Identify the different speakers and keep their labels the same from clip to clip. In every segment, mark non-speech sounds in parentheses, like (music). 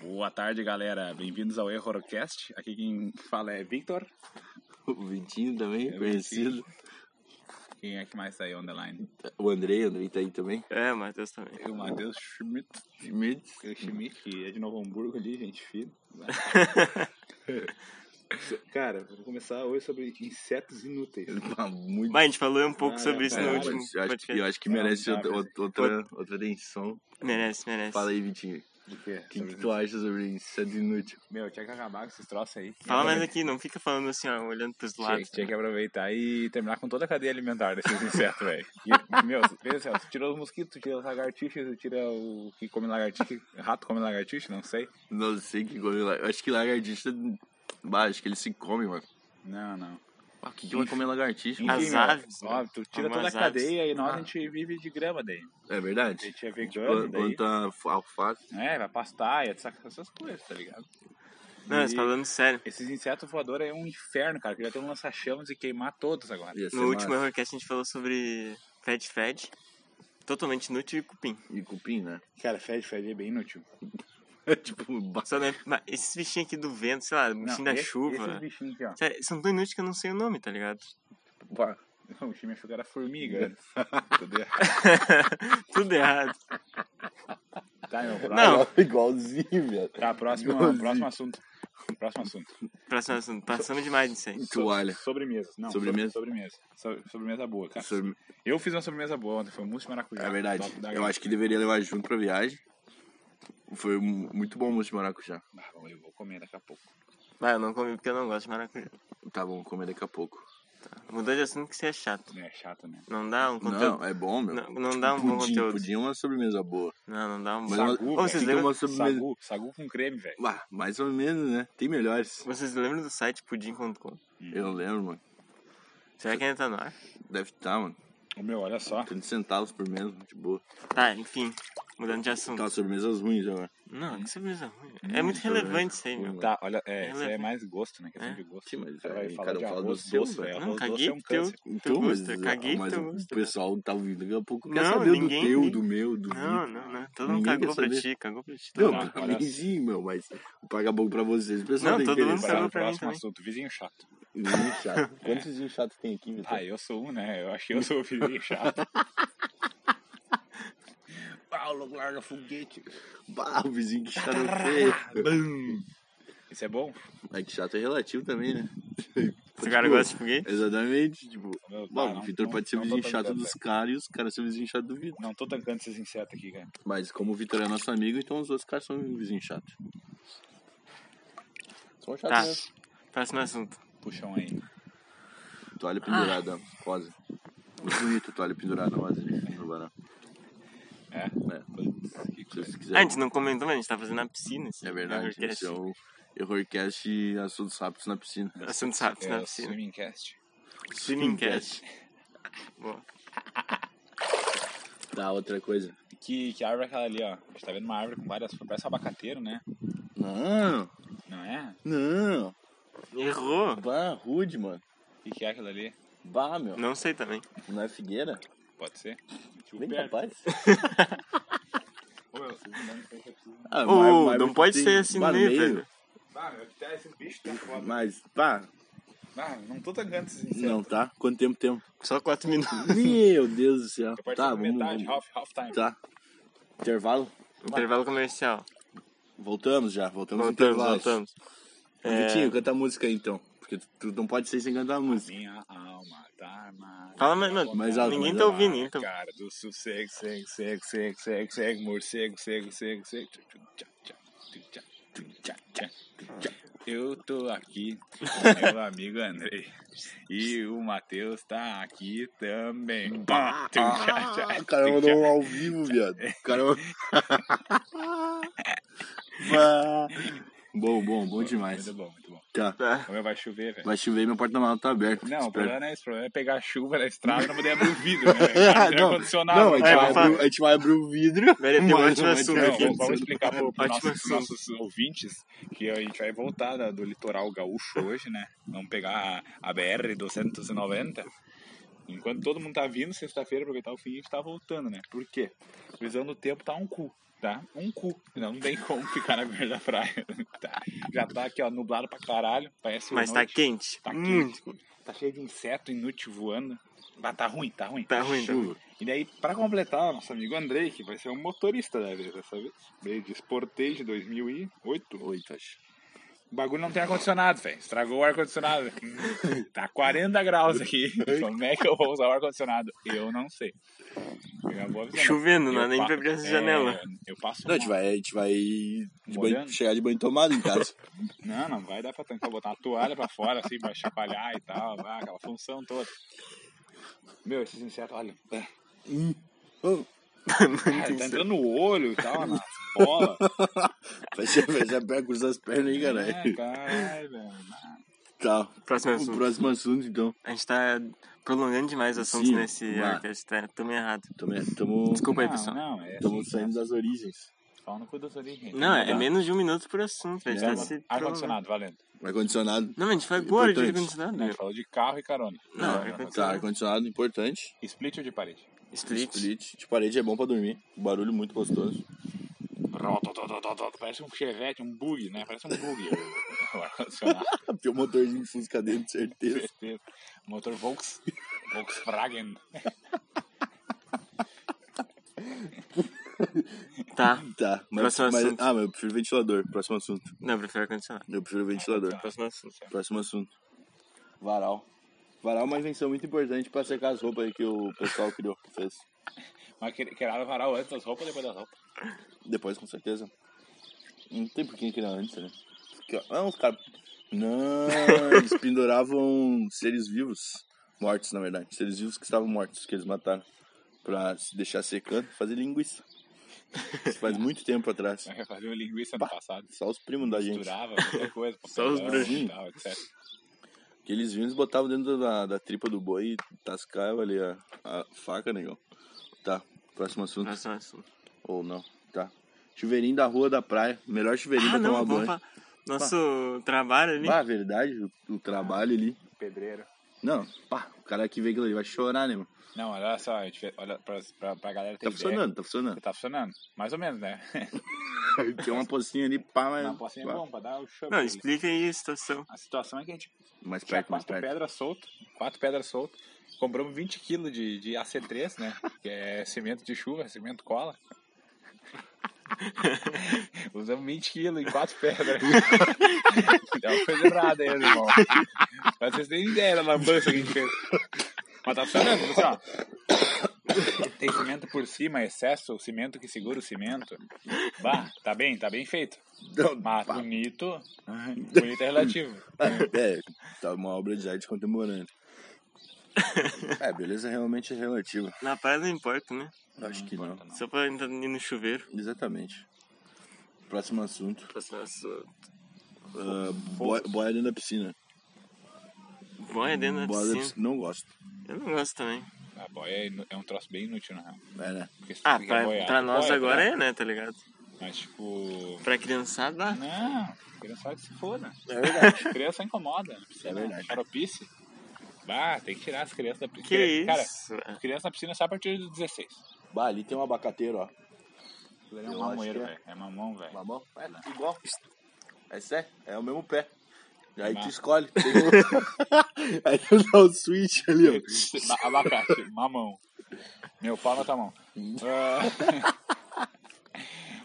Speaker 1: Boa tarde, galera. Bem-vindos ao Errorcast. Aqui quem fala é Victor.
Speaker 2: O Vitinho também,
Speaker 1: É, o
Speaker 2: conhecido.
Speaker 1: Quem é que mais tá aí on the line?
Speaker 2: O Andrei, o Andrei tá aí também.
Speaker 3: É, Matheus também.
Speaker 1: Eu, Matheus Schmidt.
Speaker 2: Schmidt.
Speaker 1: Eu, Schmidt, que é de Novo Hamburgo ali, gente (laughs) fina. Cara, vou começar hoje sobre insetos inúteis.
Speaker 2: Ah, Muito.
Speaker 3: Mas a gente falou um pouco
Speaker 1: Ah,
Speaker 3: sobre
Speaker 1: é,
Speaker 3: isso
Speaker 1: cara,
Speaker 3: no
Speaker 2: eu
Speaker 3: último
Speaker 2: acho- eu acho, que- eu
Speaker 3: podcast.
Speaker 2: acho que merece
Speaker 1: Não, não,
Speaker 2: outra,
Speaker 1: mas-
Speaker 2: outra, outra atenção.
Speaker 3: Merece, merece.
Speaker 2: Fala aí, Vitinho.
Speaker 1: De quê?
Speaker 2: O que, que tu acha sobre isso? É de inútil.
Speaker 1: Meu, tinha que acabar com esses troços aí.
Speaker 3: Fala mais
Speaker 1: Aproveitar.
Speaker 3: aqui, não fica falando assim, ó, olhando pros
Speaker 1: Tinha,
Speaker 3: lados.
Speaker 1: tinha que aproveitar e terminar com toda a cadeia alimentar desses insetos, (laughs) velho. E, Meu, pensa, ó, tu tira os mosquitos, tu tira as lagartixas, tu tira o que come lagartixa, rato come lagartixa, não sei.
Speaker 2: Não sei que come lá. Eu acho que lagartixa. Bah, acho que ele se come, mano.
Speaker 1: Não, não.
Speaker 2: Ah, o que, que vai comer lagartixa?
Speaker 3: As
Speaker 2: mano?
Speaker 1: meu,
Speaker 3: aves,
Speaker 1: ó,
Speaker 3: né?
Speaker 1: tu tira
Speaker 3: Como
Speaker 1: toda a
Speaker 3: as aves.
Speaker 1: cadeia e nós
Speaker 2: Ah.
Speaker 1: a gente vive de grama daí.
Speaker 2: É
Speaker 1: A
Speaker 2: verdade.
Speaker 1: gente é vegano daí.
Speaker 2: Planta alface.
Speaker 1: É, vai pastar, é, saca, essas coisas, tá ligado?
Speaker 3: Não, mas
Speaker 1: E
Speaker 3: falando sério.
Speaker 1: Esses insetos voadores é um inferno, cara. Queria ter um lança-chamas e queimar todos agora.
Speaker 2: Ia ser
Speaker 3: No último
Speaker 2: massa.
Speaker 3: Errorcast a gente falou sobre Fed Fed, totalmente inútil e cupim.
Speaker 2: E cupim, (laughs) né?
Speaker 1: Cara, fede, fede é bem inútil.
Speaker 2: tipo, bah.
Speaker 3: Só, né, mas esses bichinhos aqui do vento, sei lá, Um bichinho
Speaker 1: Não,
Speaker 3: da
Speaker 1: esse- Esses
Speaker 3: chuva.
Speaker 1: bichinhos aqui, ó.
Speaker 3: Sério, são tão inúteis que eu não sei o nome, tá ligado?
Speaker 2: bah.
Speaker 1: (laughs) O time achou que era formiga. né? (laughs) Entendeu?
Speaker 3: Tudo errado.
Speaker 1: Tá, meu, próximo.
Speaker 2: (laughs)
Speaker 3: Não.
Speaker 2: Igualzinho, velho.
Speaker 1: Tá, próximo,
Speaker 2: Igualzinho.
Speaker 1: próximo assunto. Próximo assunto.
Speaker 3: Próximo assunto. Passamos demais disso aí.
Speaker 2: Toalha.
Speaker 1: Sobremesa. Não,
Speaker 2: Sobremesa?
Speaker 1: sobre- Sobremesa. So- Sobremesa boa, cara.
Speaker 2: Sobre-
Speaker 1: Eu fiz uma sobremesa boa ontem, foi mousse de maracujá.
Speaker 2: É verdade.
Speaker 1: Top da
Speaker 2: Eu acho que deveria levar junto pra viagem. Foi mu- muito bom o mousse de maracujá.
Speaker 1: Ah, eu vou comer daqui a pouco.
Speaker 3: Mas eu não comi porque eu não gosto de maracujá.
Speaker 2: Tá bom, comer daqui a pouco.
Speaker 3: Mudou de assunto que você é chato.
Speaker 1: É chato, né?
Speaker 3: Não dá um conteúdo.
Speaker 2: Não, é bom, meu.
Speaker 3: Não, não dá um bom
Speaker 2: pudim,
Speaker 3: conteúdo.
Speaker 2: Pudim é uma sobremesa boa.
Speaker 3: Não, não dá um
Speaker 2: Mas
Speaker 3: bom.
Speaker 1: Sagu,
Speaker 2: ela-
Speaker 3: Ô, vocês,
Speaker 2: que que é
Speaker 3: lembram,
Speaker 2: uma sobremesa...
Speaker 1: Sagu, sagu com creme, velho.
Speaker 2: Ah, mais ou menos, né? Tem melhores.
Speaker 3: vocês lembram do site pudim.com?
Speaker 2: Eu não lembro, mano.
Speaker 3: Será que ainda tá no ar?
Speaker 2: Deve estar, mano.
Speaker 1: Ô, Meu, olha só.
Speaker 2: 30 centavos por mês, de boa.
Speaker 3: Tá, enfim. Mudando de assunto.
Speaker 2: Tá, sobremesas ruins agora.
Speaker 3: Não, que sobremesa ruim. É muito
Speaker 2: sobremesa
Speaker 3: relevante isso aí, meu.
Speaker 2: ruim.
Speaker 1: Tá, olha, é,
Speaker 3: É
Speaker 1: isso aí é mais gosto, né? Questão
Speaker 3: É.
Speaker 1: de gosto.
Speaker 2: Sim, mas
Speaker 1: Cara,
Speaker 2: aí
Speaker 1: vai falar
Speaker 2: cada um
Speaker 1: de
Speaker 2: fala do
Speaker 1: arroz
Speaker 2: seu,
Speaker 1: doce,
Speaker 2: velho.
Speaker 1: velho.
Speaker 3: Não,
Speaker 1: Arroz doce
Speaker 3: caguei
Speaker 1: é um
Speaker 3: pro teu-
Speaker 1: câncer.
Speaker 2: Então,
Speaker 3: Teu
Speaker 2: mas,
Speaker 3: gosto, eu caguei
Speaker 2: mas
Speaker 3: teu
Speaker 2: o
Speaker 3: gosto,
Speaker 2: pessoal que tá ouvindo daqui a pouco quer
Speaker 3: Não,
Speaker 2: saber
Speaker 3: ninguém-
Speaker 2: do teu,
Speaker 3: ninguém-
Speaker 2: do meu, do
Speaker 3: Não,
Speaker 2: Vitor.
Speaker 3: não, não. Todo mundo
Speaker 2: Ninguém quer
Speaker 3: cagou pra
Speaker 2: saber.
Speaker 3: ti, cagou pra ti. todo
Speaker 2: Não, (laughs)
Speaker 3: mundo.
Speaker 2: pra
Speaker 1: olha
Speaker 2: mim sim, meu, mas paga bom pra vocês. O pessoal
Speaker 3: Não,
Speaker 2: tem
Speaker 3: todo
Speaker 2: interesse.
Speaker 3: mundo
Speaker 1: Bora
Speaker 3: Sagu
Speaker 1: pro
Speaker 3: pra mim
Speaker 1: próximo
Speaker 3: também.
Speaker 1: assunto. Vizinho chato.
Speaker 2: Vizinho
Speaker 3: (laughs)
Speaker 2: chato. Quantos vizinhos chatos tem aqui, Vitor?
Speaker 1: Ah, eu sou um, né? Eu acho que eu sou o
Speaker 2: (laughs)
Speaker 1: vizinho chato. Paulo, larga foguete.
Speaker 2: Bah, o vizinho que chato feio.
Speaker 1: Isso é bom?
Speaker 2: Mas que chato é relativo também, né?
Speaker 3: Esse cara
Speaker 2: Tipo,
Speaker 3: gosta de foguete?
Speaker 2: Exatamente, tipo...
Speaker 1: Meu, tá,
Speaker 2: Bom,
Speaker 1: não-
Speaker 2: o Vitor
Speaker 1: não-
Speaker 2: pode ser o
Speaker 1: não tô
Speaker 2: vizinho chato
Speaker 1: tancando,
Speaker 2: dos
Speaker 1: velho.
Speaker 2: caras e os caras são o vizinho chato do Vitor.
Speaker 1: Não tô tancando esses insetos aqui, cara.
Speaker 2: Mas como o Vitor é nosso amigo, então os outros caras são o vizinho chato. São chatos
Speaker 3: Tá.
Speaker 2: mesmo.
Speaker 3: Próximo assunto.
Speaker 1: Puxa um aí.
Speaker 2: Toalha
Speaker 1: Ah.
Speaker 2: pendurada, rosa. Muito bonito toalha pendurada, rosa. No Guará.
Speaker 1: É?
Speaker 2: É,
Speaker 1: Putz, que
Speaker 2: se vocês
Speaker 3: Ah, a
Speaker 2: quiserem.
Speaker 3: gente não comentou, mas a gente tá fazendo na piscina. Assim,
Speaker 2: É verdade,
Speaker 3: Errorcast.
Speaker 2: esse é o Errorcast e Assuntos Rápidos na Piscina.
Speaker 3: Assuntos rápidos
Speaker 1: É,
Speaker 3: na
Speaker 1: o
Speaker 3: piscina.
Speaker 1: Swimmingcast.
Speaker 3: Swimmingcast. Boa.
Speaker 2: Tá, outra coisa.
Speaker 1: Que, que árvore é aquela ali, ó? A gente tá vendo uma árvore com várias. Parece abacateiro, né?
Speaker 2: Não,
Speaker 1: Não é?
Speaker 2: não.
Speaker 3: Errou!
Speaker 2: Bah, rude, mano.
Speaker 1: O que, que é aquilo ali?
Speaker 2: Bah, meu.
Speaker 3: Não sei também.
Speaker 2: Não é figueira?
Speaker 1: Pode ser? Tipo,
Speaker 2: Bem
Speaker 1: perto.
Speaker 2: capaz.
Speaker 1: Ô, meu, vocês me dão licença aqui.
Speaker 2: Ah,
Speaker 3: Ô,
Speaker 2: mas- mas
Speaker 3: não pode
Speaker 2: tem-
Speaker 3: ser assim no
Speaker 2: bah,
Speaker 3: meio, velho.
Speaker 1: Ah, meu, que tá esses bichos tá foda.
Speaker 2: Mas, pá,
Speaker 1: Ah, não tô tancando esses insetos.
Speaker 2: não, tá? Quanto tempo temos?
Speaker 3: Só quatro minutos.
Speaker 2: Meu Deus do
Speaker 1: Eu
Speaker 2: céu.
Speaker 1: participo
Speaker 2: Tá,
Speaker 1: tá,
Speaker 2: vamos...
Speaker 1: metade,
Speaker 2: vamos-
Speaker 1: half, half time.
Speaker 2: Tá. Intervalo?
Speaker 3: Intervalo comercial.
Speaker 2: Voltamos já, voltamos ao
Speaker 3: Voltamos,
Speaker 2: intervalo.
Speaker 3: voltamos.
Speaker 2: Ô,
Speaker 3: É,
Speaker 2: Vitinho, canta a música aí, então. Porque tu- tu não pode ser sem cantar a música.
Speaker 1: Minha alma tá armada.
Speaker 3: Fala mais, mano.
Speaker 2: Mais alto,
Speaker 3: Ninguém
Speaker 2: mais
Speaker 3: tá
Speaker 2: alto.
Speaker 3: ouvindo, então.
Speaker 1: Cara do sossego, cego, cego, cego, cego, cego, morcego, cego, cego, cego. Tchau, tchau, tchau, tchau, tchau, tchau, tchau, tchau, tchau. Eu tô aqui com
Speaker 3: (laughs)
Speaker 1: meu amigo Andrei. E o Matheus tá aqui também. Pá, tchau, tchau, tchau,
Speaker 2: Ah, o cara mandou um ao
Speaker 1: (laughs)
Speaker 2: vivo, viado. O cara mandou... (laughs) Bah. Bom, bom, bom demais.
Speaker 1: Muito bom, muito bom.
Speaker 2: Tá.
Speaker 3: Tá.
Speaker 1: Como é vai chover, velho?
Speaker 2: Vai chover e meu porta-malas tá aberto.
Speaker 1: Não, o
Speaker 2: Espero.
Speaker 1: problema não é esse. O problema é pegar chuva na estrada e não poder abrir o
Speaker 2: (laughs)
Speaker 1: vidro, né? velho? Não tem ar-condicionado.
Speaker 2: não, a gente, vai
Speaker 3: É, vamos falar.
Speaker 2: abrir, a gente vai abrir o vidro.
Speaker 3: Peraí, tem um
Speaker 2: Mas
Speaker 3: último
Speaker 2: não vai ter
Speaker 3: assunto
Speaker 1: Não,
Speaker 3: aqui.
Speaker 1: vamos, vamos explicar para
Speaker 3: Ótimo
Speaker 1: nossos,
Speaker 3: assunto.
Speaker 1: nossos ouvintes que a gente vai voltar da- do litoral gaúcho hoje, né? Vamos pegar a, a BR-290. Enquanto todo mundo tá vindo sexta-feira, porque tá o fim, a gente tá voltando, né? Por quê? Previsão do tempo tá um cu. tá? Um cu. Não tem como ficar na beira da praia. (laughs) Tá? Já tá aqui, ó, nublado pra caralho. Parece
Speaker 3: Mas tá
Speaker 1: noite.
Speaker 3: quente. Hum,
Speaker 1: Tá
Speaker 3: Muito.
Speaker 1: Tá cheio de inseto inútil voando. Bah, tá ruim, tá ruim.
Speaker 3: Tá ruim, tá ruim.
Speaker 2: Chuva.
Speaker 1: E daí, pra completar, nosso amigo Andrei, que vai ser um motorista da vez, dessa vez. Veio de Sportage 2008.
Speaker 2: Oito, acho.
Speaker 1: O bagulho não tem ar-condicionado, velho. Estragou o ar-condicionado. (laughs) Hum, tá 40 graus aqui. Como é que eu vou usar o ar-condicionado? Eu não sei. Eu já vou avisando.
Speaker 3: Chovendo, não
Speaker 1: Eu
Speaker 3: dá nem
Speaker 1: pa-
Speaker 3: pra abrir essa
Speaker 1: é,
Speaker 3: janela.
Speaker 1: Eu passo
Speaker 2: Não, a gente
Speaker 1: mal.
Speaker 2: vai, a gente vai de banho-
Speaker 1: Molhando?
Speaker 2: chegar de banho tomado em
Speaker 3: (laughs)
Speaker 2: casa.
Speaker 1: Não, não vai dar pra tancar, botar uma toalha pra fora, assim, pra chapalhar e tal, lá, aquela função toda. Meu, esses insetos, olha, ah,
Speaker 2: Hum. Oh,
Speaker 1: tá entrando no olho e
Speaker 2: (laughs)
Speaker 1: tal, na bola.
Speaker 2: vai já, vai já pega cruzar as pernas aí,
Speaker 1: É,
Speaker 2: caralho.
Speaker 1: caralho, velho.
Speaker 2: Tá.
Speaker 3: (laughs) Próximo
Speaker 2: O
Speaker 3: é assunto.
Speaker 2: próximo assunto, então.
Speaker 3: A gente tá prolongando demais os assuntos
Speaker 2: Sim,
Speaker 3: nesse
Speaker 2: vá.
Speaker 3: podcast. Tá, tamo errado.
Speaker 2: Estamos
Speaker 3: Desculpa aí,
Speaker 1: Não,
Speaker 3: pessoal.
Speaker 1: não, é
Speaker 2: tamo
Speaker 1: assim,
Speaker 2: saindo das origens.
Speaker 1: pau no cu das origens.
Speaker 3: Não, é
Speaker 2: Tá.
Speaker 3: menos de um minuto por assunto. A gente tá
Speaker 1: Tá bom.
Speaker 3: se prolongando.
Speaker 1: Ar-condicionado, valendo.
Speaker 2: Ar-condicionado.
Speaker 3: Não, mas a gente foi agora de
Speaker 2: É Importante.
Speaker 3: ar-condicionado.
Speaker 1: Não, a gente falou de carro e carona. assim,
Speaker 3: Não, é
Speaker 2: Tá,
Speaker 3: ar-condicionado.
Speaker 2: ar-condicionado, importante.
Speaker 1: Split ou de parede?
Speaker 3: Split.
Speaker 2: Split. De parede é bom pra dormir. Barulho muito gostoso. (laughs)
Speaker 1: Parece um chevette, um bug, né? Parece um
Speaker 3: (laughs)
Speaker 1: bug o- o ar-condicionado.
Speaker 2: Tem um motorzinho de fusca dentro, certeza.
Speaker 1: certeza. Motor Volks, Volkswagen.
Speaker 3: Tá.
Speaker 2: Tá. Mas,
Speaker 3: Próximo
Speaker 2: mas-
Speaker 3: assunto.
Speaker 2: ah, mas eu prefiro ventilador. Próximo assunto.
Speaker 3: Não, eu prefiro ar-condicionado.
Speaker 2: Eu prefiro
Speaker 1: Tá.
Speaker 2: ventilador.
Speaker 3: Próximo assunto.
Speaker 2: Próximo assunto. Varal. Varal é uma invenção muito importante pra secar as roupas aí que o pessoal criou, fez.
Speaker 1: Mas que- quebraram o varal antes das roupas ou depois das roupas?
Speaker 2: Depois, com certeza. Não tem por que criar antes, né? Porque, ó, não, os caras... Não, eles penduravam seres vivos. Mortos, na verdade. Seres vivos que estavam mortos, que eles mataram. Pra se deixar secando, fazer linguiça. Isso faz muito tempo atrás.
Speaker 1: Eu fazia uma linguiça no passado.
Speaker 2: Só os primos da gente.
Speaker 1: Misturava qualquer
Speaker 2: (laughs)
Speaker 1: coisa.
Speaker 3: Só os
Speaker 1: papelão
Speaker 2: bruxinhos.
Speaker 1: e tal, etc.
Speaker 2: Que eles vinham e botavam dentro da, da tripa do boi e tascava ali a, a faca, negão. Tá, próximo assunto.
Speaker 3: Próximo assunto.
Speaker 2: Ou não, tá. Chuveirinho da rua da praia. Melhor chuveirinho
Speaker 3: Ah,
Speaker 2: pra
Speaker 3: não,
Speaker 2: tomar
Speaker 3: vamos
Speaker 2: banho.
Speaker 3: pra... Nosso trabalho ali.
Speaker 2: Ah, verdade, o, o trabalho ali.
Speaker 1: Pedreiro.
Speaker 2: Não, pá, o cara que vê aquilo ali vai chorar, né, mano?
Speaker 1: Não, olha só, a gente fez- olha pra, pra, pra galera ter
Speaker 2: Tá
Speaker 1: ideia.
Speaker 2: funcionando, tá funcionando.
Speaker 1: Tá funcionando. Mais ou menos, né?
Speaker 2: Tem uma pocinha ali, pá, mas.
Speaker 1: Não, posso ser
Speaker 2: pá,
Speaker 1: bom pra dar o chão.
Speaker 3: Não, explica aí a situação.
Speaker 1: A situação é que a gente
Speaker 2: Mais
Speaker 1: tinha
Speaker 2: perto, mais
Speaker 1: quatro
Speaker 2: perto.
Speaker 1: pedras soltas, quatro pedras soltas, compramos 20 quilos de, de AC3, né? Que é cimento de chuva, cimento cola. (laughs) Usamos 20 quilos em quatro pedras. (laughs) Dá uma coisa errada aí, irmão. Mas vocês têm ideia da lambança que a gente fez. Mas tá funcionando, assim, ó. Tem cimento por cima, excesso, o cimento que segura o cimento. Bah, tá bem, tá bem feito.
Speaker 2: Não,
Speaker 1: Mas
Speaker 2: pá.
Speaker 1: bonito, bonito é relativo.
Speaker 2: É, tá uma obra de arte contemporânea. É, beleza realmente é relativa.
Speaker 3: Na praia não importa, né?
Speaker 2: Acho que não.
Speaker 3: Só pra entrar ir no chuveiro.
Speaker 2: Exatamente. Próximo assunto.
Speaker 3: Próximo assunto.
Speaker 2: Ah, boi- boia dentro da piscina.
Speaker 3: Bom é dentro da
Speaker 2: Boia dentro da
Speaker 3: piscina.
Speaker 2: piscina. Não gosto.
Speaker 3: Eu não gosto também.
Speaker 1: A boia é, inu- é um troço bem inútil, na real.
Speaker 2: É, né?
Speaker 1: Porque se tu
Speaker 3: Ah,
Speaker 1: quer
Speaker 3: pra,
Speaker 1: boiar,
Speaker 3: pra
Speaker 1: tu
Speaker 3: nós
Speaker 1: boia,
Speaker 3: agora
Speaker 1: tá?
Speaker 3: é, né? Tá ligado?
Speaker 1: Mas, tipo...
Speaker 3: Pra criançada, ah,
Speaker 1: Não, criança se foda.
Speaker 2: É verdade.
Speaker 1: (laughs) Criança incomoda.
Speaker 2: É verdade.
Speaker 1: Charopice. Bah, tem que tirar as crianças da piscina.
Speaker 3: que isso?
Speaker 1: Cara, criança na piscina só a partir dos 16.
Speaker 2: Bah, ali tem um abacateiro, ó.
Speaker 1: Aquilo ali É
Speaker 2: Eu
Speaker 1: um
Speaker 2: acho
Speaker 1: mamoeiro,
Speaker 2: que é.
Speaker 1: velho. É mamão, velho.
Speaker 3: (laughs)
Speaker 2: Mamão? É, igual. É sério, é o mesmo pé. E aí
Speaker 1: Bah.
Speaker 2: tu escolhe. Tem um- aí tu dá o switch ali, ó.
Speaker 1: (laughs) Ma- Abacate, mamão. Meu pau na tua mão.
Speaker 3: Hum.
Speaker 1: Ah,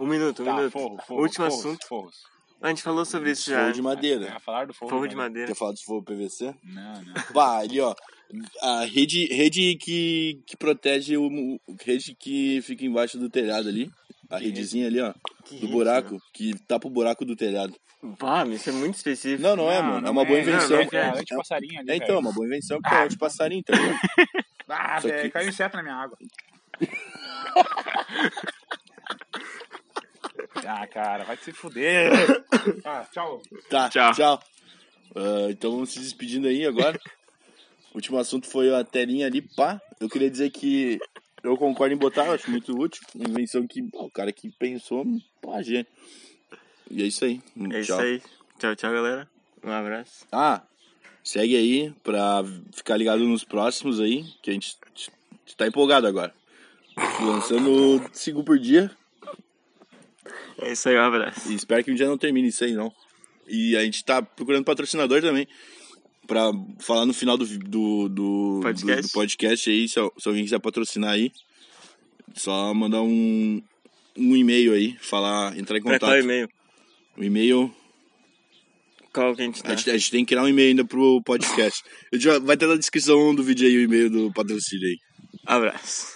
Speaker 3: Um minuto, um
Speaker 1: tá,
Speaker 3: minuto.
Speaker 1: forro, forro.
Speaker 3: Último
Speaker 1: forros,
Speaker 3: assunto.
Speaker 1: Forros.
Speaker 3: A gente falou sobre isso já. é
Speaker 2: Forro de madeira.
Speaker 1: Ah, falaram do forro,
Speaker 3: Forro de
Speaker 1: mano?
Speaker 3: madeira.
Speaker 2: Quer falar do forro PVC?
Speaker 1: Não, não.
Speaker 2: Bah, ali, ó. A rede, rede que, que protege o. mu- Rede que fica embaixo do telhado ali. A redezinha ali, ó.
Speaker 3: Que
Speaker 2: Do
Speaker 3: rede,
Speaker 2: buraco, que tapa o buraco do telhado.
Speaker 3: Bah, isso é muito específico.
Speaker 2: Não, não é, mano. é uma boa invenção.
Speaker 1: Não,
Speaker 3: não é.
Speaker 1: é leite de passarinho ali,
Speaker 2: É, então, é uma boa invenção, porque é de passarinho, tá ligado?
Speaker 1: velho. Ah,
Speaker 2: Isso aqui-
Speaker 1: velho, caiu inseto na minha
Speaker 2: (laughs)
Speaker 1: água. ah, cara, vai se fuder. Ah, tchau.
Speaker 2: Tá,
Speaker 3: Tchau.
Speaker 2: tchau. Ah, então vamos se despedindo aí
Speaker 3: (laughs)
Speaker 2: agora. O último assunto foi a telinha ali, pá. Eu queria dizer que eu concordo em botar, eu acho muito útil. Uma invenção que ó, o cara que pensou, pá, gente. E é isso aí.
Speaker 3: É isso
Speaker 2: Tchau.
Speaker 3: aí. Tchau, tchau, galera. Um abraço.
Speaker 2: Ah, segue aí pra ficar ligado nos próximos aí, que a gente, a gente tá empolgado agora. Lançando cinco por dia.
Speaker 3: É isso aí, um abraço.
Speaker 2: E espero que um dia não termine isso aí, não. E a gente tá procurando patrocinador também. Pra falar no final do, vi- do, do,
Speaker 3: Podcast.
Speaker 2: do- do podcast aí, se, al- se alguém quiser patrocinar aí, só mandar um, um e-mail aí, falar, entrar em
Speaker 3: Pra qual
Speaker 2: contato.
Speaker 3: e-mail?
Speaker 2: O e-mail.
Speaker 3: Qual que a gente tá?
Speaker 2: A
Speaker 3: dá?
Speaker 2: gente, a gente tem que criar um e-mail ainda pro podcast. Eu já- vai ter na descrição do vídeo aí o e-mail do patrocínio aí.
Speaker 3: Abraço.